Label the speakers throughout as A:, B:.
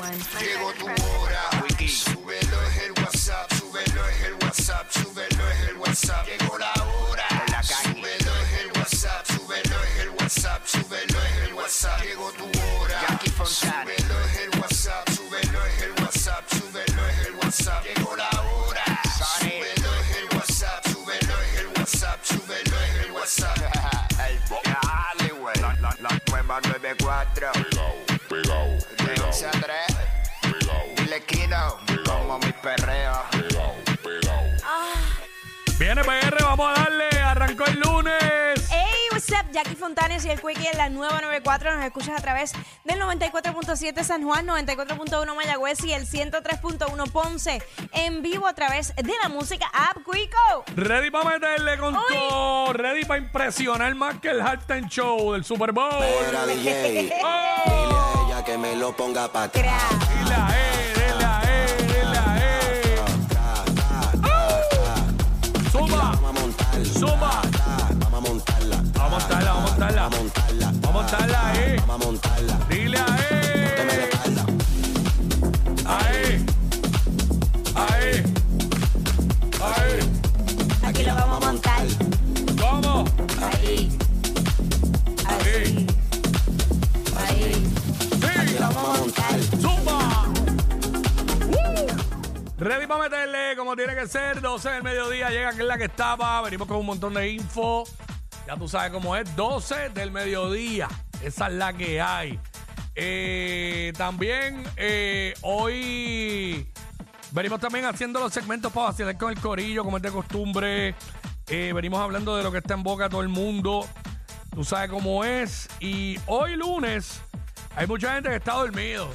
A: one.
B: Llegó tu hora. Súbelo es el WhatsApp. Súbelo es el WhatsApp. Súbelo es el WhatsApp. Llegó la hora. Súbelo es el WhatsApp. Súbelo es el WhatsApp. Súbelo es el WhatsApp. Llegó tu hora. Súbelo es el WhatsApp. Súbelo es el WhatsApp. Súbelo es el WhatsApp. Llegó la hora. Súbelo es el WhatsApp. Súbelo es el WhatsApp. Súbelo es el WhatsApp.
C: El bo- Dale, güey. La, la, la nueva 94.
D: pegao,
C: De 11 a 3. Dile Kino. Como mi perreo.
D: pegao, pegao.
E: Viene PR, vamos a darle. Arrancó el lunes.
A: Hey, what's up? Jackie Fontanes y el Quickie en la nueva 94. Nos escuchas a través del 94.7 San Juan, 94.1 Mayagüez y el 103.1 Ponce. En vivo a través de la música App Quico.
E: Ready para meterle con
A: Uy.
E: todo. Ready para impresionar más que el halftime show del Super Bowl.
F: Espera, DJ.
E: ¡Oh!
F: Dile a ella que me lo ponga para atrás.
A: Gra.
E: Y la E, de la E, de la E. ¡Oh! Zumba,
F: Vamos a montarla.
E: zumba.
F: ta, Vamos a montarla.
E: Vamos
F: ta,
E: a montarla, vamos a montarla.
F: Vamos a montarla. ta,
E: Vamos a montarla, eh.
F: Vamos a montarla.
E: Dile a
F: Dame la
E: E.
F: espalda.
E: A E. A E. A E.
A: Aquí lo vamos a montar.
E: ¿Cómo?
A: Ahí. Así. Ahí.
E: Sí.
F: Vamos a montarla.
E: ¡Zumba! Ready para meterle, como tiene que ser, 12 del mediodía, llega que es la que estaba, venimos con un montón de info, ya tú sabes cómo es, 12 del mediodía, esa es la que hay. Eh, también eh, hoy venimos también haciendo los segmentos para vacilar con el corillo, como es de costumbre, Eh, venimos hablando de lo que está en boca a todo el mundo, tú sabes cómo es, y hoy lunes hay mucha gente que está dormido.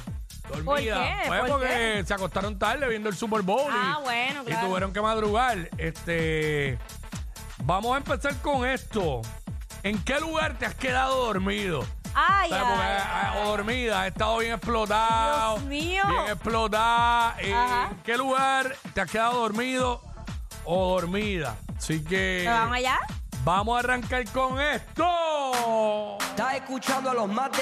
E: Dormida.
A: qué?
E: Pues
A: ¿Por
E: porque
A: qué?
E: se acostaron tarde viendo el Super Bowl. y-
A: Ah, bueno,
E: Y
A: claro.
E: tuvieron que madrugar. Este. Vamos a empezar con esto. ¿En qué lugar te has quedado dormido?
A: Ay,
E: ¿Sabes? Porque,
A: ay,
E: ah, o dormida, has estado bien explotado.
A: Dios mío.
E: Bien explotada. Eh,
A: Ajá.
E: ¿En qué lugar te has quedado dormido o dormida? Así que.
A: ¿Nos vamos allá?
E: Vamos a arrancar con esto.
G: Estás escuchando a los más de